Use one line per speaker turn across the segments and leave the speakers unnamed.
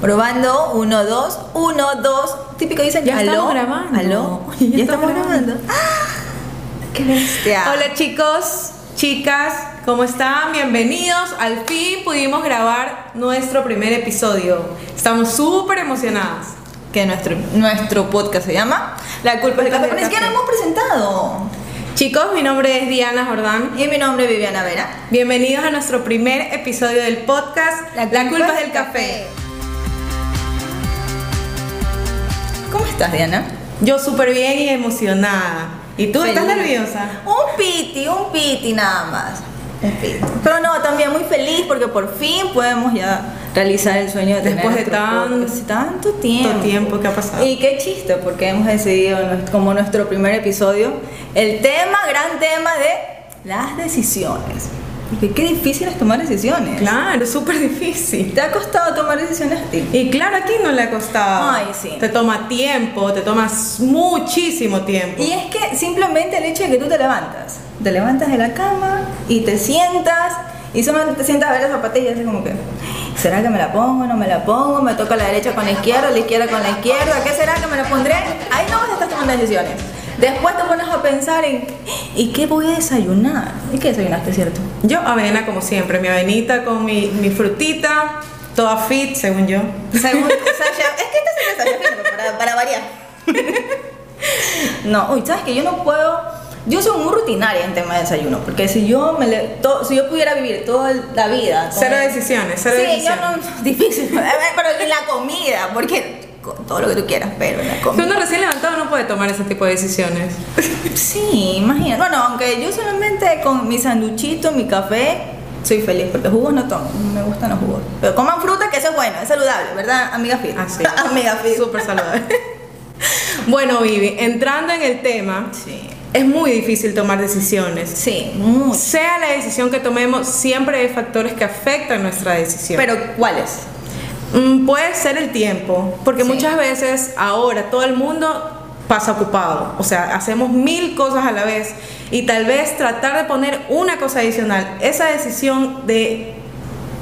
Probando, 1, 2, 1, 2. Típico dicen,
Ya
aló,
estamos grabando.
aló. Ya, estamos
Ya estamos
grabando. ¡Ah! ¡Qué bestia!
Hola chicos, chicas, ¿cómo están? Bienvenidos. Al fin pudimos grabar nuestro primer episodio. Estamos súper emocionadas.
Que nuestro, nuestro podcast se llama
La culpa es de
Pero ni siquiera lo hemos presentado.
Chicos, mi nombre es Diana Jordán.
Y mi nombre es Viviana Vera.
Bienvenidos a nuestro primer episodio del podcast La culpa, es del café.
¿Cómo estás, Diana?
Yo súper bien y emocionada. ¿Y tú estás
Feliz.
nerviosa?
Un piti, un piti nada más. Un piti. Pero no, también muy feliz porque por fin podemos ya realizar el sueño de tener
Después de
nuestro
tan-
podcast. tanto tiempo.
Tanto tiempo que ha pasado.
Y qué chiste, porque hemos decidido nues- como nuestro primer episodio el tema, gran tema de las decisiones. Porque qué difícil es tomar decisiones.
Claro, súper difícil.
¿Te ha costado tomar decisiones a ti?
Y claro, aquí no le ha costado.
Ay, sí.
Te toma tiempo, te tomas muchísimo tiempo.
Y es que simplemente el hecho de que tú te levantas, te levantas de la cama y te sientas y solamente te sientas a ver las zapatillas, y haces como que, ¿será que me la pongo? ¿No me la pongo? ¿Me toca la derecha con la izquierda? ¿La izquierda con la izquierda? ¿Qué será que me la pondré? Ahí no vas a estar tomando decisiones. Después te pones a pensar en, ¿y qué voy a desayunar? ¿Y qué desayunaste, cierto?
Yo, avena como siempre, mi avenita con mi, mi frutita, toda fit, según yo.
Según Sasha, es que esta es una Sasha para, para variar. No, uy, sabes que yo no puedo. Yo soy muy rutinaria en tema de desayuno, porque si yo me le- to- si yo pudiera vivir toda el- la vida. con-
Cero decisiones, cero
Sí, yo
decisiones.
no. Difícil. A ver, pero y la comida, porque con todo lo que tú quieras, pero la
Si
comida.
uno recién levantado no puede tomar ese tipo de decisiones.
Sí, imagínate. Bueno, aunque yo solamente con mi sanduchito, mi café, soy feliz, porque jugos no tomo, no me gustan los jugos. Pero coman fruta, que eso es bueno, es saludable, ¿verdad, amiga Fit?
Así.
amiga Fit.
Ah, Súper saludable. bueno, Vivi, entrando en el tema,
Sí.
es muy difícil tomar decisiones.
Sí, mucho.
Sea la decisión que tomemos, siempre hay factores que afectan nuestra decisión.
Pero ¿cuáles?
Mm, puede ser el tiempo, porque
Sí.
muchas veces ahora todo el mundo pasa ocupado, o sea, hacemos mil cosas a la vez y tal vez tratar de poner una cosa adicional, esa decisión de,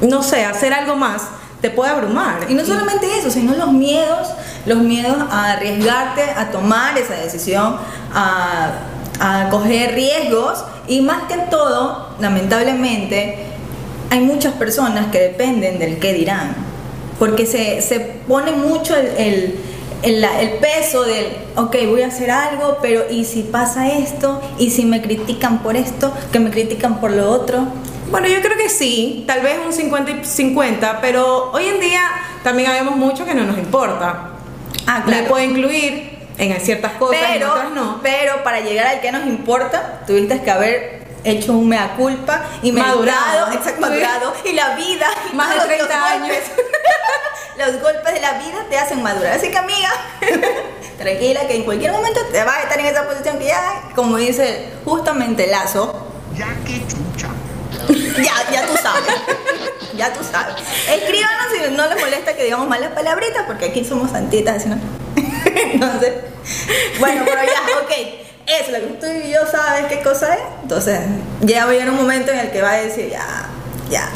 no sé, hacer algo más, te puede abrumar.
Y no solamente eso, sino los miedos, los miedos a arriesgarte, a tomar esa decisión, a, a coger riesgos y más que todo, lamentablemente, hay muchas personas que dependen del qué dirán, porque se, se pone mucho el, el- el- la- el peso del, ok, voy a hacer algo, pero ¿y si pasa esto? ¿Y si me critican por esto? ¿Que me critican por lo otro?
Bueno, yo creo que sí, tal vez un 50 y 50, pero hoy en día también habemos mucho que no nos importa.
Ah,
Le puede incluir en ciertas cosas, en
pero,
otras no.
pero para llegar al que nos importa, tuviste que haber hecho un mea culpa y
Madurado.
madurado, exacto, madurado y la vida, y
Más de
todos
30 años.
golpes, los golpes de la vida te hacen madurar. Así que amiga, tranquila que en cualquier momento te vas a estar en esa posición que ya, como dice justamente Lazo,
Ya que chucha.
ya, ya tú sabes. Ya tú sabes. Escríbanos si no les molesta que digamos malas palabritas, porque aquí somos santitas, así no. Entonces, bueno, pero ya, ok. Es lo que tú y yo sabes qué cosa es. Entonces, ya va a llegar un momento en el que va a decir, ya, ya.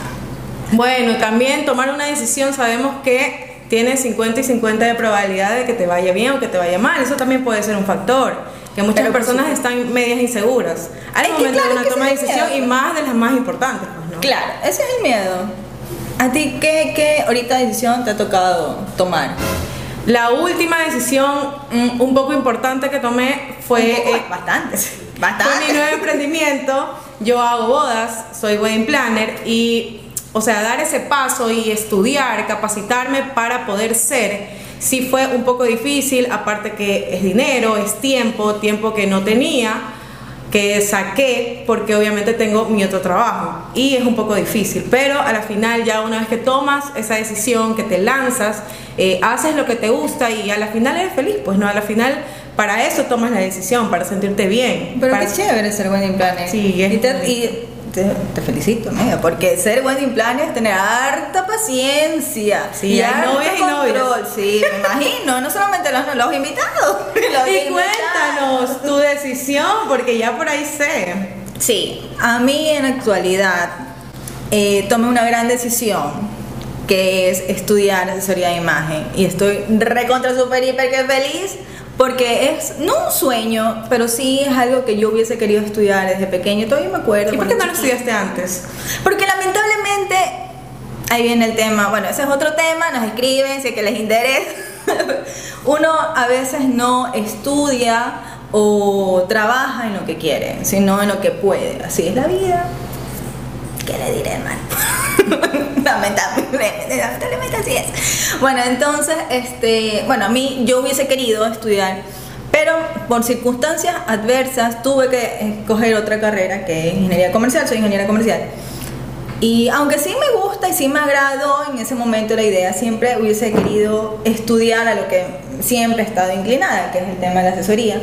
Bueno, también tomar una decisión sabemos que tiene 50 y 50 de probabilidad de que te vaya bien o que te vaya mal. Eso también puede ser un factor. Que muchas
Pero por
personas están medias inseguras.
Es
Al
que
momento
claro
de una
que
toma
se
de
me
decisión
queda.
y más de las más importantes, pues, ¿no?
Claro, ese es el miedo. ¿A ti qué, qué ahorita decisión te ha tocado tomar?
La última decisión mm, un poco importante que tomé fue,
Un poco,
eh,
bastantes,
fue mi
bastantes.
nuevo emprendimiento. Yo hago bodas, soy wedding planner y, o sea, dar ese paso y estudiar, capacitarme para poder ser, sí fue un poco difícil, aparte que es dinero, es tiempo, tiempo que no tenía, que saqué, porque obviamente tengo mi otro trabajo y es un poco difícil, pero a la final ya una vez que tomas esa decisión, que te lanzas, eh, haces lo que te gusta y a la final eres feliz, pues no, a la final... Para eso tomas la decisión, para sentirte bien.
Pero
para
qué chévere ser wedding planner.
Sí, es
y te,
bonito.
y te, te felicito, amiga, porque ser wedding planner es tener harta paciencia.
Sí,
y
hay
harto
novias y
control. Sí, me imagino. No solamente los, los invitados. Los
Y
invitados.
cuéntanos tu decisión, porque ya por ahí sé.
Sí, a mí en la actualidad eh, tomé una gran decisión que es estudiar asesoría de imagen. Y estoy recontra, super, hiper, que feliz, porque es no un sueño, pero sí es algo que yo hubiese querido estudiar desde pequeño. Todavía me acuerdo.
¿Y por qué
cuando
no lo
chiquita.
estudiaste antes?
pues, Porque lamentablemente, ahí viene el tema, bueno, ese es otro tema, nos escriben si es que les interesa. Uno a veces no estudia o trabaja en lo que quiere, sino en lo que puede. Así es la vida. ¿Qué le diré, hermano? lamentablemente, lamentablemente así es. Bueno, entonces, este, bueno, a mí yo hubiese querido estudiar, pero por circunstancias adversas tuve que escoger otra carrera que es ingeniería comercial, soy ingeniera comercial. Y aunque sí me gusta y sí me agradó en ese momento la idea, siempre hubiese querido estudiar a lo que siempre he estado inclinada, que es el tema de la asesoría.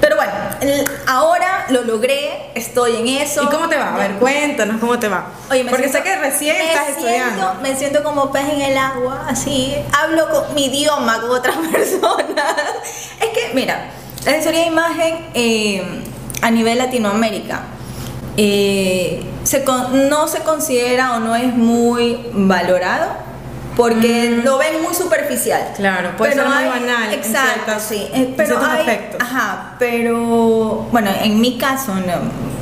Pero bueno, el- ahora lo logré, estoy en eso.
¿Y cómo te va? A ver, cuéntanos cómo te va.
Oye, me
Porque
siento-
sé que recién
me
estás
siento-
estudiando.
Me siento como pez en el agua, así. Hablo con mi idioma con otras personas. Es que, mira, la asesoría de imagen eh, a nivel Latinoamérica eh, se con- no se considera o no es muy valorado porque lo ven muy superficial.
Mm. Claro, puede ser muy banal en
Exacto,
ciertas-
sí. eh,
en
Pero
ciertos
hay-
aspectos.
Ajá, pero bueno, en mi caso, en el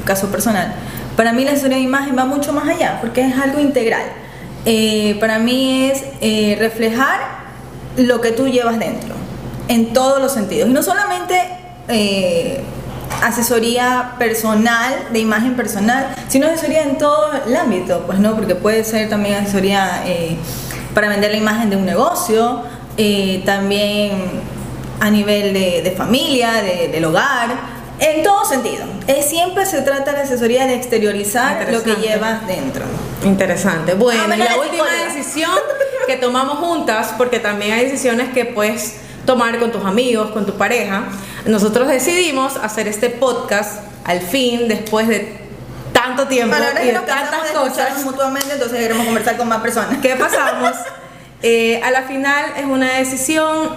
caso personal, para mí la asesoría de imagen va mucho más allá, porque es algo integral. Eh, para mí es eh, reflejar lo que tú llevas dentro, en todos los sentidos. Y no solamente eh, asesoría personal, de imagen personal, sino asesoría en todo el ámbito, pues no, porque puede ser también asesoría eh, para vender la imagen de un negocio, eh, también a nivel de, de familia, de- del hogar, en todo sentido. Es, siempre se trata la asesoría de exteriorizar lo que
Interesante.
llevas dentro.
Interesante. Bueno,
Ah, bueno,
y la
la
última
psicóloga.
decisión que tomamos juntas, porque también hay decisiones que puedes tomar con tus amigos, con tu pareja. Nosotros decidimos hacer este podcast al fin, después de tanto tiempo
Para ahora
y
que
de
nos cansamos
tantas
de
cosas.
escucharnos mutuamente, entonces queremos conversar con más personas.
¿Qué pasamos? Eh, a la final es una decisión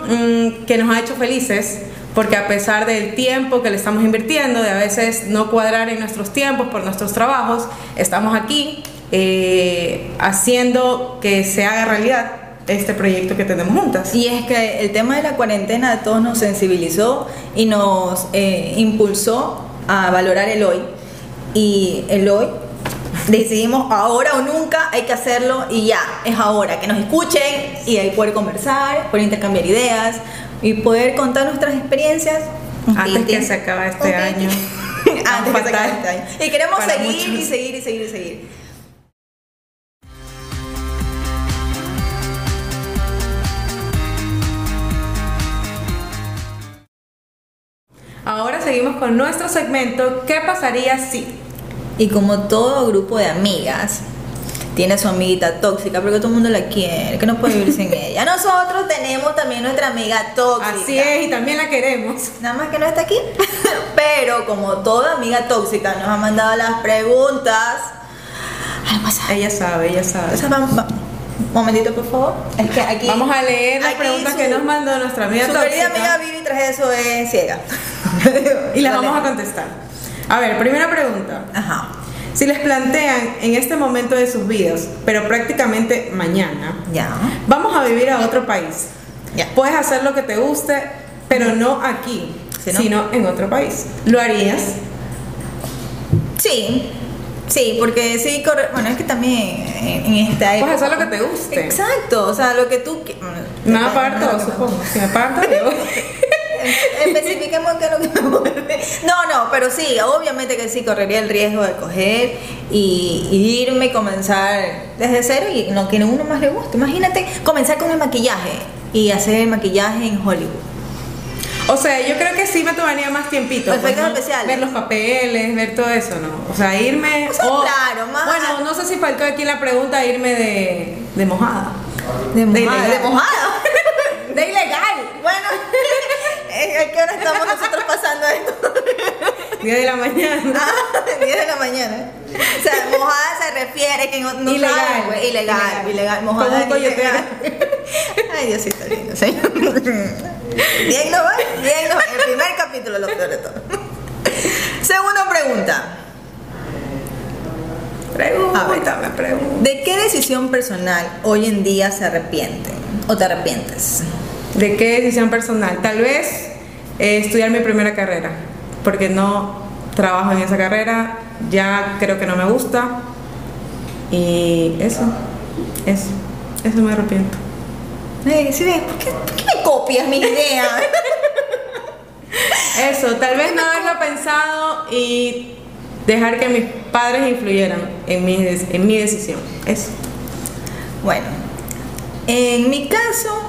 mm, que nos ha hecho felices, porque a pesar del tiempo que le estamos invirtiendo, de a veces no cuadrar en nuestros tiempos por nuestros trabajos, estamos aquí eh, haciendo que se haga realidad este proyecto que tenemos juntas.
Y es que el tema de la cuarentena a todos nos sensibilizó y nos eh, impulsó a valorar el hoy. Y el hoy decidimos ahora o nunca hay que hacerlo y ya, es ahora, que nos escuchen y ahí poder conversar, poder intercambiar ideas y poder contar nuestras experiencias. Un
Antes
tin,
que
tin.
se acabe este
Un tin,
año.
tin. Antes que se acabe este año. Y queremos
Para
seguir
muchos.
y seguir y seguir y seguir.
Ahora seguimos con nuestro segmento, ¿qué pasaría si?
Y como todo grupo de amigas tiene a su amiguita tóxica, porque todo el mundo la quiere, que no puede vivir sin ella. Nosotros tenemos también nuestra amiga tóxica.
Así es, y también la queremos.
Nada más que no está aquí. Pero como toda amiga tóxica nos ha mandado las preguntas al WhatsApp.
Ella sabe, ella sabe.
Entonces, vamos- va- momentito, por favor. Es que aquí.
Vamos a leer las
aquí
preguntas
su-
que nos mandó nuestra amiga
Su
tóxica.
querida amiga Vivi tras eso es ciega.
y las
Vale.
vamos a contestar. A ver, primera pregunta.
Ajá.
Si les plantean en este momento de sus vidas, pero prácticamente mañana,
Ya.
vamos a vivir a otro país.
Ya.
Puedes hacer lo que te guste, pero no aquí,
Si no-
sino en otro país. ¿Lo harías?
Sí, sí, porque sí, corre- bueno, es que también eh, en, en esta
Puedes
época-
Pues hacer lo que te guste.
Exacto, o sea, lo que tú... qui-
Me
Bueno,
aparto,
lo que me-
supongo. Si me aparto, me voy.
Especifiquemos qué es lo que me mueve. No, no, pero sí, obviamente que sí, correría el riesgo de coger y, y irme y comenzar desde cero y lo que a uno más le guste. Imagínate comenzar con el maquillaje y hacer el maquillaje en Hollywood.
O sea, yo creo que sí me tomaría más tiempito.
Los
pues,
efectos
¿no?
especiales.
Ver los papeles, ver todo eso, ¿no? O sea, irme.
O sea, claro, más-
Bueno, no sé si faltó aquí la pregunta irme de, de mojada.
De
mojada.
De mojada. De ilegal. Bueno, ¿a qué hora estamos nosotros pasando esto?
10 de la mañana.
Ah, 10 de la mañana. O sea, mojada se refiere que no, no
Ilegal,
saben, güey. ilegal,
ilegal.
ilegal, mojada.
Como un
es
coyotero.
ilegal. Ay, Diosito lindo, señor. Bien lo va, bien lo va. El primer capítulo lo peor de todo. Segunda pregunta.
Pregúntame, pregúntame.
¿De qué decisión personal hoy en día se arrepienten o te arrepientes?
¿De qué decisión personal? Tal vez eh, estudiar mi primera carrera, porque no trabajo en esa carrera, ya creo que no me gusta. Y eso, eso, eso me arrepiento.
Eh, sí, ¿por, qué, por qué me copias mis ideas?
Eso, tal vez no haberlo pensado y dejar que mis padres influyeran en mi, des- en mi decisión. Eso.
Bueno, en mi caso,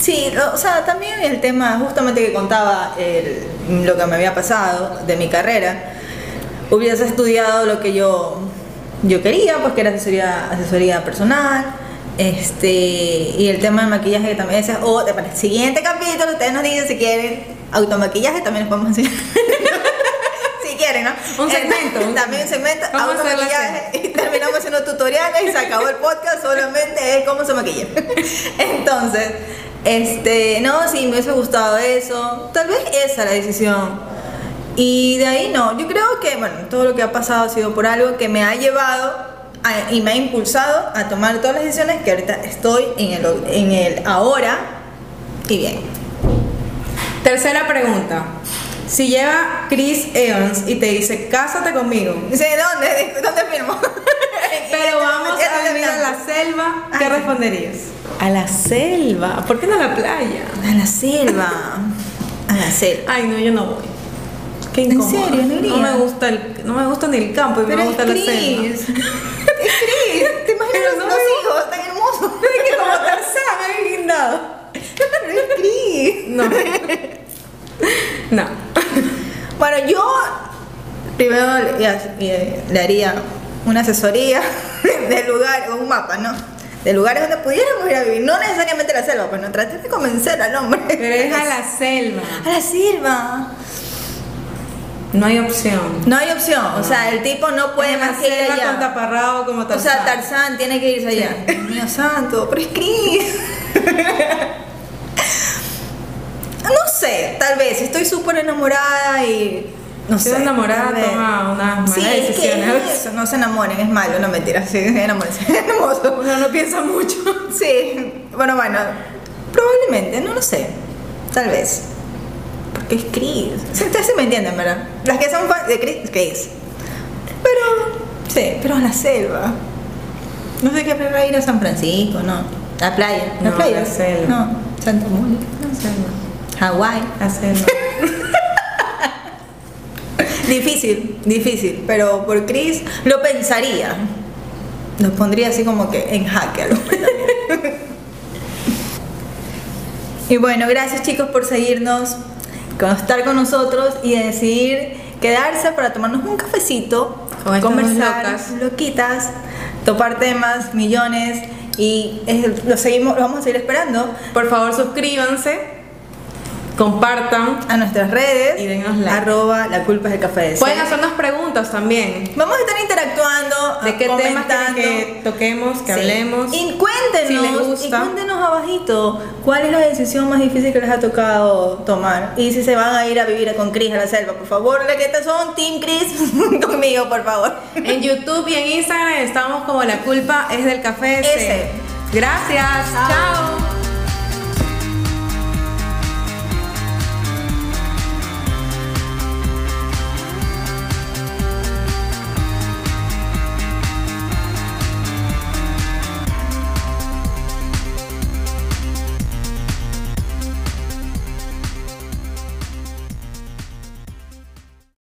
sí, lo- o sea, también el tema justamente que contaba el- lo que me había pasado de mi carrera, hubiese estudiado lo que yo, yo quería, pues que era asesoría, asesoría personal. Este, y el tema del maquillaje que también ese es otro, para el siguiente capítulo ustedes nos dicen si quieren automaquillaje también les podemos enseñar si quieren, ¿no? Este,
Un segmento, un
también un segmento,
segmento. Vamos a hacer la
automaquillaje, y terminamos haciendo tutoriales y se acabó el podcast, solamente es cómo se maquilla. Entonces, este, no, sí, me hubiese gustado eso. Tal vez esa la decisión. Y de ahí no, yo creo que, bueno, todo lo que ha pasado ha sido por algo que me ha llevado a- y me ha impulsado a tomar todas las decisiones que ahorita estoy en el, en el ahora y bien.
Tercera pregunta. Si llega Chris Evans y te dice, cásate conmigo,
Dice, ¿dónde? ¿Dónde firmo?
pero vamos a
¿Dónde
vivir a
firmo?
la selva, ¿qué
Ah.
responderías? A la selva. ¿Por qué no a la playa?
A la selva. A la selva.
Ay, no, yo no voy. Qué
¿En
incómodo.
serio? ¿No
No
irías?
me gusta el, no me gusta ni el campo y me gusta la selva.
Es Cris. ¿Te imaginas
Pero
los,
no
los
me-
hijos tan hermosos?
Es que como Tarzán, me había guindado.
Pero es Cris.
No. No.
Bueno, yo primero le, le- le haría una asesoría del lugar, o un mapa, ¿no? De lugares donde pudiéramos ir a vivir. No necesariamente la selva, pero no traté de convencer al hombre.
Pero es a la selva.
A la selva.
No hay opción.
No hay opción. O sea, el tipo no puede
En la
más que ir
selva
allá.
con taparrabo como
O
Tarzán.
sea, Tarzán tiene que irse allá. Dios mío santo, pero es Chris. no sé, tal vez. Estoy súper enamorada y. No
Si
sé.
una enamorada
tal vez.
toma unas malas
Sí, es que
decisiones.
es eso, no se enamoren, es malo, no mentira. Sí, enamorarse es hermoso.
Uno no piensa mucho.
Sí, bueno, bueno. Probablemente, no lo sé. Tal vez. Porque es Chris. Sí, Ustedes sí me entienden, ¿verdad? Las que son fan de Chris, Chris. Pero, sí, pero en la selva. No sé qué para ir a San Francisco, no. La playa. La
No,
playa.
la selva.
No, Santa Mónica.
La selva.
Hawái.
La selva.
Difícil, difícil. Pero por Chris lo pensaría. Los pondría así como que en jaque a los pelados. Y bueno, gracias chicos por seguirnos, con estar con nosotros y decidir quedarse para tomarnos un cafecito,
Con estas
conversar,
locas.
loquitas, topar temas, millones y es- lo seguimos, lo vamos a seguir esperando
Por favor, suscríbanse. Compartan.
a nuestras redes
Y denos like.
arroba la culpa es el café de
Pueden
Sol.
hacernos preguntas también.
Vamos a estar interactuando,
¿De qué temas quieren
comentando.
que toquemos, que
Sí.
hablemos?
Y cuéntenos,
Si les gusta.
y cuéntenos abajito cuál es la decisión más difícil que les ha tocado tomar. Y si se van a ir a vivir con Cris a la selva, por favor, la que estas son Team Cris conmigo, por favor.
En YouTube y en Instagram estamos como La Culpa es del Café.
Ese.
Gracias.
Chao.
Chao.